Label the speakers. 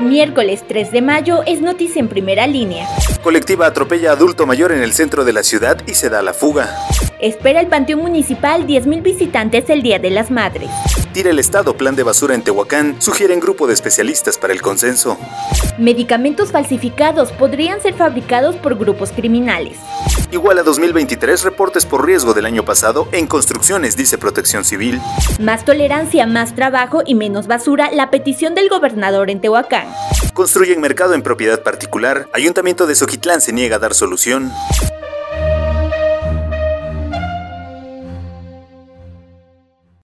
Speaker 1: Miércoles 3 de mayo es noticia en primera línea.
Speaker 2: Colectiva atropella a adulto mayor en el centro de la ciudad y se da la fuga.
Speaker 1: Espera el Panteón Municipal 10.000 visitantes el Día de las Madres.
Speaker 2: Tira el Estado plan de basura en Tehuacán, sugieren grupo de especialistas para el consenso.
Speaker 1: Medicamentos falsificados podrían ser fabricados por grupos criminales.
Speaker 2: Igual a 2023 reportes por riesgo del año pasado en construcciones, dice Protección Civil.
Speaker 1: Más tolerancia, más trabajo y menos basura, la petición del gobernador en Tehuacán.
Speaker 2: Construyen mercado en propiedad particular. Ayuntamiento de Soquitlán se niega a dar solución.